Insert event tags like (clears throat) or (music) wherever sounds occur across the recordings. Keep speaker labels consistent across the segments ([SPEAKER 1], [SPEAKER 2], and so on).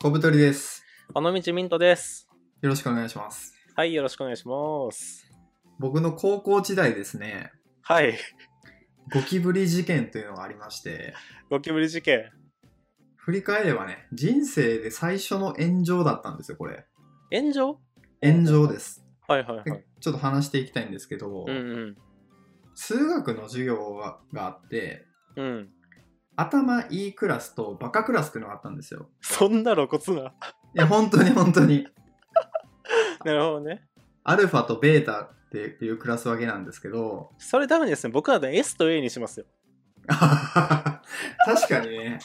[SPEAKER 1] 小太りです。
[SPEAKER 2] 尾道ミントです。
[SPEAKER 1] よろしくお願いします。
[SPEAKER 2] はい、よろしくお願いします。
[SPEAKER 1] 僕の高校時代ですね、
[SPEAKER 2] はい、
[SPEAKER 1] ゴキブリ事件というのがありまして、
[SPEAKER 2] ゴキブリ事件。
[SPEAKER 1] 振り返ればね、人生で最初の炎上だったんですよ、これ。
[SPEAKER 2] 炎上
[SPEAKER 1] 炎上です。
[SPEAKER 2] はいはいはい
[SPEAKER 1] で。ちょっと話していきたいんですけど、
[SPEAKER 2] うんうん。
[SPEAKER 1] 数学の授業ががあって、
[SPEAKER 2] うん。
[SPEAKER 1] 頭いいクラスとバカクラスっていうのがあったんですよ。
[SPEAKER 2] そんな露骨な。
[SPEAKER 1] いや、本当に本当に。
[SPEAKER 2] (laughs) なるほどね。
[SPEAKER 1] アルファとベータっていうクラス分けなんですけど、 (laughs)
[SPEAKER 2] それダメですね。僕らで S と A にしますよ。
[SPEAKER 1] 確かにね、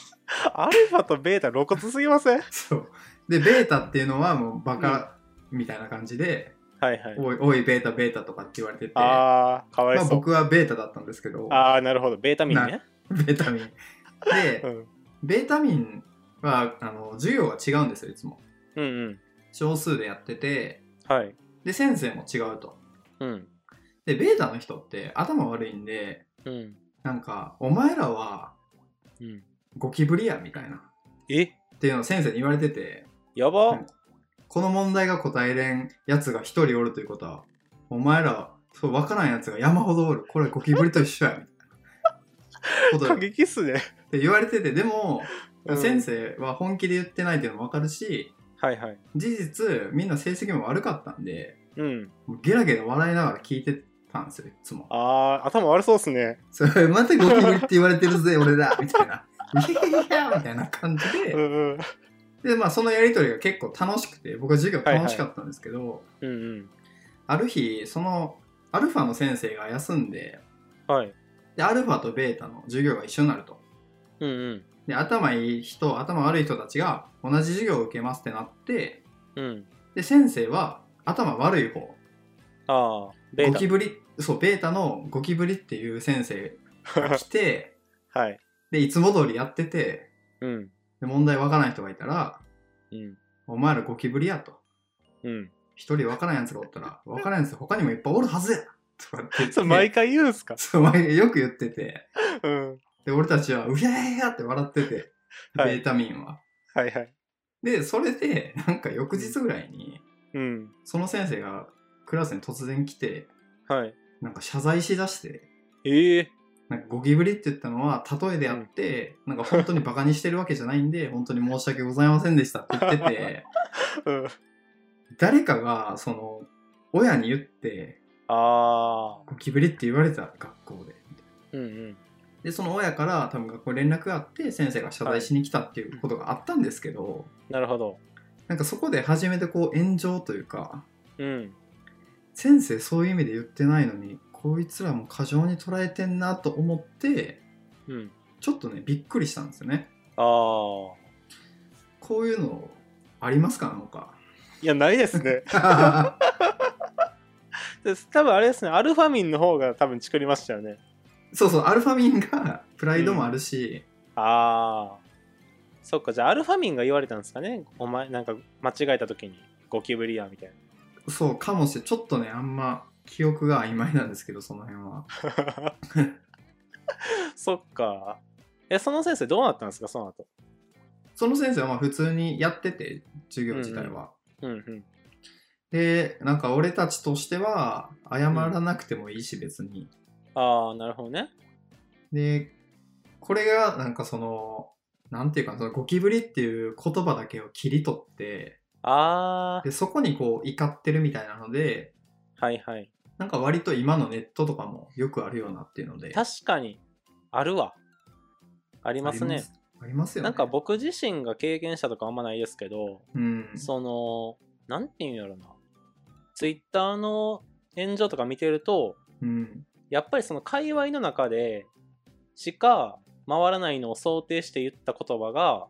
[SPEAKER 2] アルファとベータ露骨すぎませんはい
[SPEAKER 1] (laughs) そう。で、ベータっていうのはもうバカみたいな感じで、
[SPEAKER 2] はい。
[SPEAKER 1] おい、おい、ベータ、ベータとかって言われてて、ま
[SPEAKER 2] あー、かわい
[SPEAKER 1] あ
[SPEAKER 2] そう。
[SPEAKER 1] 僕はベータだったんですけど、
[SPEAKER 2] あー、なるほど。ベータミンね。
[SPEAKER 1] ベータミン。
[SPEAKER 2] (laughs) う
[SPEAKER 1] で、
[SPEAKER 2] ん。
[SPEAKER 1] ベータミンは、あの、授業が違うんですよ、いつも。
[SPEAKER 2] うんうん。
[SPEAKER 1] 少数でやってて、
[SPEAKER 2] はい。
[SPEAKER 1] で、先生も違うと。
[SPEAKER 2] うん。
[SPEAKER 1] で、ベータの人って頭悪いんで、
[SPEAKER 2] うん。
[SPEAKER 1] なんか、お前らは
[SPEAKER 2] うん。
[SPEAKER 1] ゴキブリや、みたいな。
[SPEAKER 2] え
[SPEAKER 1] っていうのを先生に言われてて、
[SPEAKER 2] やば。
[SPEAKER 1] この問題が答えれんやつが一人おるということは、お前ら、そう、わからんやつが山ほどおる。これゴキブリと一緒や、みたいなこと
[SPEAKER 2] 過 (laughs)
[SPEAKER 1] で
[SPEAKER 2] 激っすね。
[SPEAKER 1] って言われてて、でも、
[SPEAKER 2] うん
[SPEAKER 1] 先生は本気で言ってないっていうのもわかるし、
[SPEAKER 2] はいはい。
[SPEAKER 1] 事実、みんな成績も悪かったんで、
[SPEAKER 2] うん。
[SPEAKER 1] もうゲラゲラ笑いながら聞いてたんですよ、いつも。
[SPEAKER 2] あー、頭悪そうっすね。
[SPEAKER 1] それ、またゴキブリって言われてるぜ、俺らみたいな。いやいやみたいな感じ
[SPEAKER 2] う
[SPEAKER 1] で、
[SPEAKER 2] んうん。
[SPEAKER 1] で、まあ、そのやりとりが結構楽しくて、僕は授業楽しかったんですけど、
[SPEAKER 2] うんうん。
[SPEAKER 1] ある日そのアルファの先生が休んで
[SPEAKER 2] はい。
[SPEAKER 1] でアルファとベータの授業が一緒になると
[SPEAKER 2] うんうん。
[SPEAKER 1] で頭いい人頭悪い人たちが同じ授業を受けますってなって
[SPEAKER 2] うん。
[SPEAKER 1] で先生は頭悪い方
[SPEAKER 2] ああ、ベ
[SPEAKER 1] ゴキ
[SPEAKER 2] ー
[SPEAKER 1] ブリそうベータのゴキブリっていう先生が来
[SPEAKER 2] (laughs)
[SPEAKER 1] て
[SPEAKER 2] タ。はい。
[SPEAKER 1] でいつも通りやってて
[SPEAKER 2] うん。
[SPEAKER 1] で問題わからない人がいたら
[SPEAKER 2] うん。
[SPEAKER 1] 「お前らゴキブリや」と
[SPEAKER 2] うん。
[SPEAKER 1] 「一人わからんやつがおったらわからんやつ他にもいっぱいおるはずや」とかって言って
[SPEAKER 2] それ毎回言うんすか
[SPEAKER 1] そう毎よく言ってて。
[SPEAKER 2] うん。
[SPEAKER 1] で、俺たちは、うやーやって笑ってて、ベ
[SPEAKER 2] (laughs) はい
[SPEAKER 1] ータミンは。
[SPEAKER 2] はいはい。
[SPEAKER 1] で、それで、なんか翌日ぐらいに、
[SPEAKER 2] うん。
[SPEAKER 1] その先生がクラスに突然来て、
[SPEAKER 2] はい。
[SPEAKER 1] なんか謝罪しだして、
[SPEAKER 2] ええ
[SPEAKER 1] なんかゴキブリって言ったのは例えであって、なんか本当にバカにしてるわけじゃない
[SPEAKER 2] (laughs)
[SPEAKER 1] んで、本当に申し訳ございませんでしたって言ってて、
[SPEAKER 2] うん。
[SPEAKER 1] 誰かが、その、親に言って、
[SPEAKER 2] ああ。
[SPEAKER 1] ゴキブリって言われた学校で。
[SPEAKER 2] うんうん。
[SPEAKER 1] で、その親から多分学校に連絡があって、先生が謝罪しに来たっていうことがあったんですけど、
[SPEAKER 2] なるほど。
[SPEAKER 1] なんかそこで初めてこう炎上というか
[SPEAKER 2] うん。
[SPEAKER 1] 先生そういう意味で言ってないのにこいつらも過剰に捉えてんなと思って
[SPEAKER 2] うん。
[SPEAKER 1] ちょっとねびっくりしたんですよね
[SPEAKER 2] ああ。
[SPEAKER 1] こういうのありますかなん
[SPEAKER 2] (laughs)
[SPEAKER 1] か
[SPEAKER 2] いや、ないです (laughs) ね。で多分あれですね、アルファミンの方が多分チクりましたよね。
[SPEAKER 1] そうそうアルファミンがプライドもあるし、
[SPEAKER 2] ああ。そっか、じゃあアルファミンが言われたんですかね。お前、なんか間違えた時にゴキブリや、みたい
[SPEAKER 1] そうかもしれちょっとねあんま記憶が曖昧なんですけどその辺は
[SPEAKER 2] な。そっか。え、その先生どうなったんですか、その後。
[SPEAKER 1] その先生はまあ普通にやってて授業自体は、
[SPEAKER 2] うんうん。
[SPEAKER 1] でなんか俺たちとしては謝らなくてもいいし別に、
[SPEAKER 2] ああ、なるほどね。
[SPEAKER 1] で、これがなんかその、なんていうかな、そのゴキブリっていう言葉だけを切り取って、
[SPEAKER 2] あ
[SPEAKER 1] で、そこにこう怒ってるみたいなので、
[SPEAKER 2] あ、はいはい。
[SPEAKER 1] なんか割と今のネットとかもよくあるようなっていうので。
[SPEAKER 2] 確かに、あるわ。ありますね。
[SPEAKER 1] ありますよね。
[SPEAKER 2] なんか僕自身が経験したとかあんまないですけど、
[SPEAKER 1] うん。
[SPEAKER 2] その、なんていうんやろな。ツイッターの炎上とか見てると、
[SPEAKER 1] うん。
[SPEAKER 2] やっぱりその界隈の中でしか回らないのを想定して言った言葉が、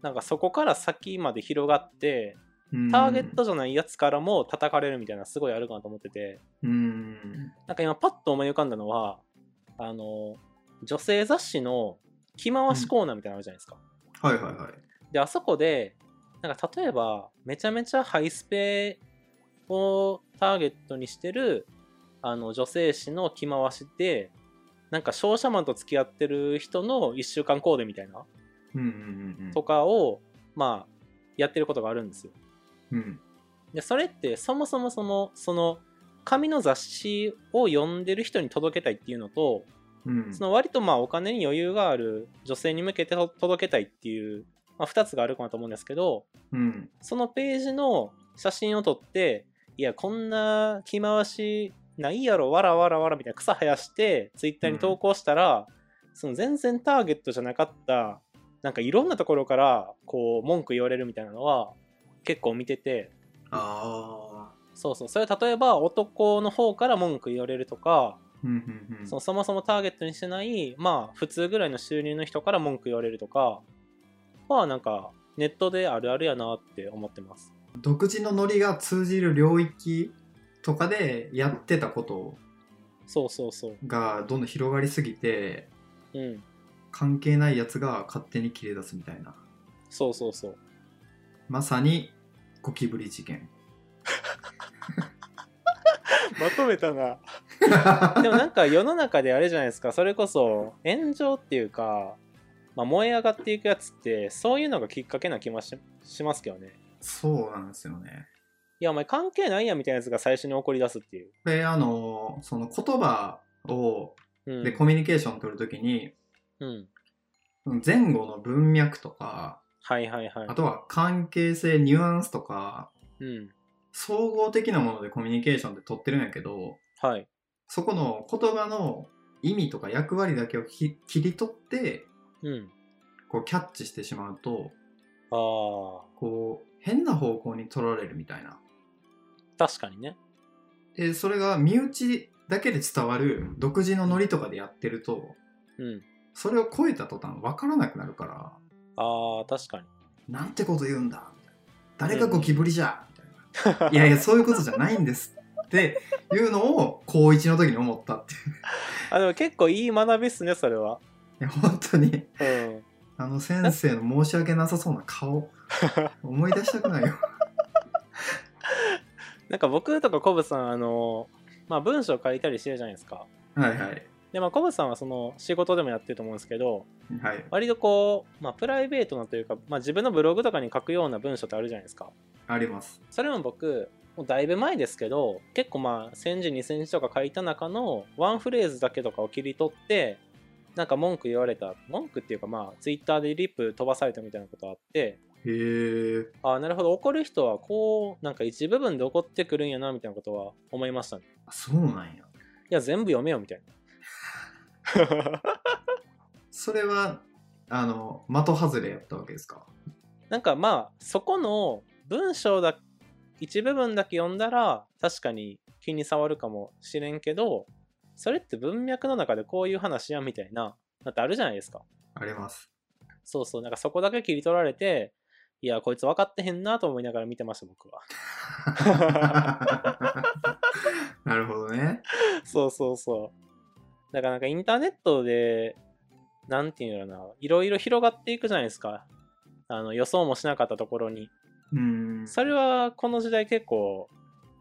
[SPEAKER 2] なんかそこから先まで広がって、
[SPEAKER 1] うん。
[SPEAKER 2] ターゲットじゃないやつからも叩かれるみたいなすごいあるかなと思ってて、
[SPEAKER 1] うん。
[SPEAKER 2] なんか今パッと思い浮かんだのは、あの、女性雑誌の着回しコーナーみたいなのあるじゃないですか。
[SPEAKER 1] はいはいはい。
[SPEAKER 2] で、あそこで、なんか例えば、めちゃめちゃハイスペをターゲットにしてる、あの、女性誌の着回しで、なんか商社マンと付き合ってる人の1週間コーデみたいな
[SPEAKER 1] うんうんうんうん。
[SPEAKER 2] とかを、まあ、やってることがあるんですよ。
[SPEAKER 1] うん。
[SPEAKER 2] でそれってそもそもそのその紙の雑誌を読んでる人に届けたいっていうのと
[SPEAKER 1] うん。
[SPEAKER 2] その割とまあお金に余裕がある女性に向けてと届けたいっていう、まあ、2つがあるかなと思うんですけど
[SPEAKER 1] うん。
[SPEAKER 2] そのページの写真を撮っていやこんな着回しないやろわらわらわらみたいな草生やしてツイッターに投稿したら、その全然ターゲットじゃなかったなんかいろんなところからこう文句言われるみたいなのは結構見てて
[SPEAKER 1] ああ。
[SPEAKER 2] そうそうそれは例えば男の方から文句言われるとか、
[SPEAKER 1] うんうんうん。
[SPEAKER 2] そのそもそもターゲットにしてないまあ普通ぐらいの収入の人から文句言われるとかはなんかネットであるあるやなって思ってます
[SPEAKER 1] 独自のノリが通じる領域とかでやってたこと
[SPEAKER 2] そうそうそう
[SPEAKER 1] がどんどん広がりすぎて
[SPEAKER 2] うん
[SPEAKER 1] 関係ないやつが勝手に切れ出すみたいな
[SPEAKER 2] そうそうそう
[SPEAKER 1] まさにゴキブリ事件
[SPEAKER 2] まとめたなでもなんか世の中であれじゃないですかそれこそ炎上っていうか、まあ、燃え上がっていくやつってそういうのがきっかけな気もししますけどね
[SPEAKER 1] (laughs) そうなんですよね
[SPEAKER 2] いやお前関係ないやんみたいなやつが最初に怒り出すっていう、
[SPEAKER 1] これあのその言葉を
[SPEAKER 2] うん、
[SPEAKER 1] でコミュニケーション取るときに
[SPEAKER 2] うん
[SPEAKER 1] 前後の文脈とか
[SPEAKER 2] はいはいはい
[SPEAKER 1] あとは関係性ニュアンスとか
[SPEAKER 2] うん
[SPEAKER 1] 総合的なものでコミュニケーションって取ってるんやけど
[SPEAKER 2] はい
[SPEAKER 1] そこの言葉の意味とか役割だけをき切り取って
[SPEAKER 2] うん
[SPEAKER 1] こうキャッチしてしまうと
[SPEAKER 2] あー
[SPEAKER 1] こう変な方向に取られるみたいな
[SPEAKER 2] 確かにね
[SPEAKER 1] でそれが身内だけで伝わる独自のノリとかでやってると
[SPEAKER 2] うん
[SPEAKER 1] それを超えた途端分からなくなるから
[SPEAKER 2] あー確かに
[SPEAKER 1] なんてこと言うんだみたいな誰がゴキブリじゃみたいないやいやそういうことじゃないんですっていうのを高1の時に思ったっていう
[SPEAKER 2] あでも結構いい学びっすねそれはい
[SPEAKER 1] や本当に
[SPEAKER 2] うん
[SPEAKER 1] あの先生の申し訳なさそうな顔思い出したくないよ
[SPEAKER 2] なんか僕とかコブさんあのまあ文章書いたりしてるじゃないですか
[SPEAKER 1] はいはい
[SPEAKER 2] でまあコブさんはその仕事でもやってると思うんですけど
[SPEAKER 1] はい
[SPEAKER 2] 割とこう、まあ、プライベートなというか、まあ、自分のブログとかに書くような文章ってあるじゃないですか
[SPEAKER 1] あります
[SPEAKER 2] それも僕もうだいぶ前ですけど結構まあ1000字2000字とか書いた中のワンフレーズだけとかを切り取ってなんか文句言われた文句っていうかまあツイッターでリップ飛ばされたみたいなことあって
[SPEAKER 1] へえ
[SPEAKER 2] ああなるほど怒る人はこうなんか一部分で怒ってくるんやなみたいなことは思いましたね
[SPEAKER 1] そうなんや
[SPEAKER 2] いや全部読めよみたいな
[SPEAKER 1] それはあの的外れやったわけですか
[SPEAKER 2] なんかまあそこの文章だ一部分だけ読んだら確かに気に触るかもしれんけどそれって文脈の中でこういう話やみたいなだってあるじゃないですか
[SPEAKER 1] あり
[SPEAKER 2] (laughs)
[SPEAKER 1] ます
[SPEAKER 2] そうそうなんかそこだけ切り取られていやこいつ分かってへんなと思いながら見てました僕は
[SPEAKER 1] なるほどね
[SPEAKER 2] そうそうそうだからなんかインターネットでなんていうのかないろいろ広がっていくじゃないですかあの予想もしなかったところに
[SPEAKER 1] うーん
[SPEAKER 2] それはこの時代結構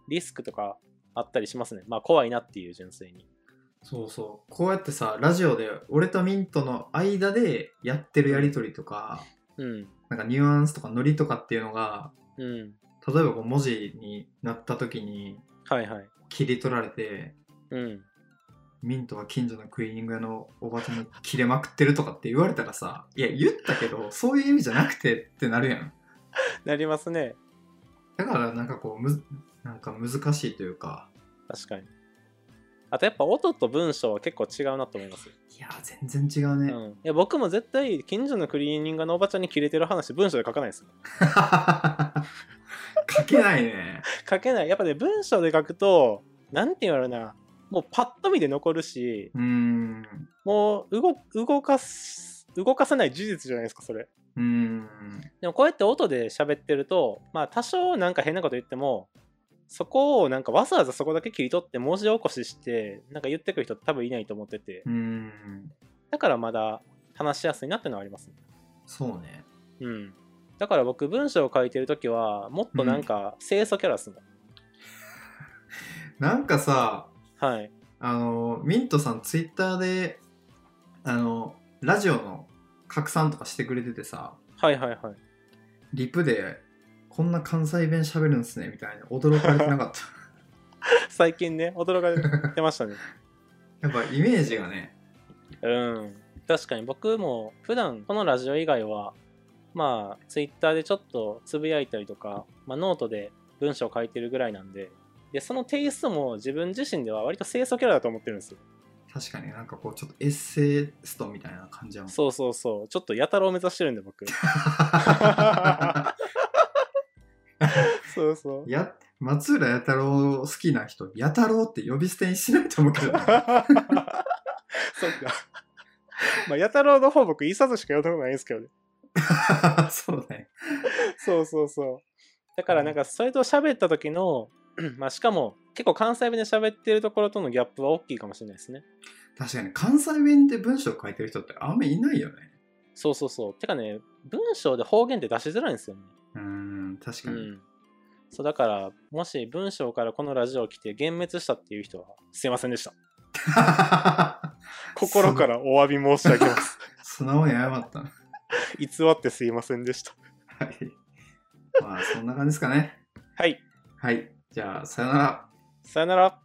[SPEAKER 2] リスクとかあったりしますね。まあ怖いなっていう純粋に。
[SPEAKER 1] そうそうこうやってさラジオで俺とミントの間でやってるやり取りとか
[SPEAKER 2] うん。
[SPEAKER 1] なんかニュアンスとかノリとかっていうのが
[SPEAKER 2] うん。
[SPEAKER 1] 例えばこう文字になった時に
[SPEAKER 2] はいはい。
[SPEAKER 1] 切り取られて
[SPEAKER 2] うん。
[SPEAKER 1] ミントは近所のクリーニング屋のおばちゃんに切れまくってるとかって言われたらさいや言ったけどそういう意味じゃなくてってなるやん
[SPEAKER 2] なりますね。
[SPEAKER 1] だからなんかこうむずなんか難しいというか
[SPEAKER 2] 確かに。あとやっぱ音と文章は結構違うなと思います。
[SPEAKER 1] いや全然違う
[SPEAKER 2] う
[SPEAKER 1] ね、
[SPEAKER 2] ん。いや僕も絶対近所のクリーニング屋のおばちゃんにキレてる話文章で書かないです。
[SPEAKER 1] (laughs) 書けないね
[SPEAKER 2] 書けない。やっぱね文章で書くと、なんて言うのかな。もうパッと見で残るし、
[SPEAKER 1] うーん
[SPEAKER 2] もう動動かす、動かさない事実じゃないですか、それ。
[SPEAKER 1] うーん
[SPEAKER 2] でもこうやって音で喋ってると、まあ多少なんか変なこと言っても、そこをなんかわざわざそこだけ切り取って文字起こしして、なんか言ってくる人って多分いないと思ってて
[SPEAKER 1] う、ーん
[SPEAKER 2] だからまだ話しやすいなってのはありますね。
[SPEAKER 1] そうね
[SPEAKER 2] うん。だから僕文章を書いてるときは、もっとなんか清楚キャラっすもん。
[SPEAKER 1] なんかさ
[SPEAKER 2] はい。
[SPEAKER 1] あのミントさんツイッターであのラジオの拡散とかしてくれててさ
[SPEAKER 2] はいはいはい。
[SPEAKER 1] リプでこんな関西弁喋るんすねみたいな驚かれてなかった
[SPEAKER 2] (laughs) 最近ね驚かれてましたね
[SPEAKER 1] やっぱイメージがね
[SPEAKER 2] うん確かに僕も普段このラジオ以外はまあツイッターでちょっとつぶやいたりとか、まあ、ノートで文章を書いてるぐらいなんででそのテイストも自分自身では割と清楚キャラだと思ってるんですよ
[SPEAKER 1] 確かになんかこうちょっとエッセイストみたいな感じやもん
[SPEAKER 2] そうそうそうちょっとやたらを目指してるんで僕そうそう
[SPEAKER 1] (laughs) や松浦弥太郎好きな人弥太郎って呼び捨てにしないと思うけど
[SPEAKER 2] (laughs)
[SPEAKER 1] ね
[SPEAKER 2] そっか。まあ、やたろうの方僕、一冊しか読んだことないんですけどね。
[SPEAKER 1] そうね
[SPEAKER 2] そうそうそう。だからなんか、それと喋った時の、 (clears throat) まあ、しかも、結構関西弁で喋ってるところとのギャップは大きいかもしれないですね。
[SPEAKER 1] 確かに関西弁で文章書いてる人ってあんまいないよね
[SPEAKER 2] そうそうそう。てかね、文章で方言って出しづらいんですよね。
[SPEAKER 1] うーん確
[SPEAKER 2] う
[SPEAKER 1] かに、
[SPEAKER 2] ん。そうだから、もし文章からこのラジオを来て幻滅したっていう人は、すいませんで (laughs) した。心からお詫び申し上げます。
[SPEAKER 1] (laughs) 素直に謝ったな
[SPEAKER 2] 偽ってすいませんでした。
[SPEAKER 1] はいまあそんな感じですかね
[SPEAKER 2] はい。
[SPEAKER 1] はいじゃあさよなら
[SPEAKER 2] さよなら。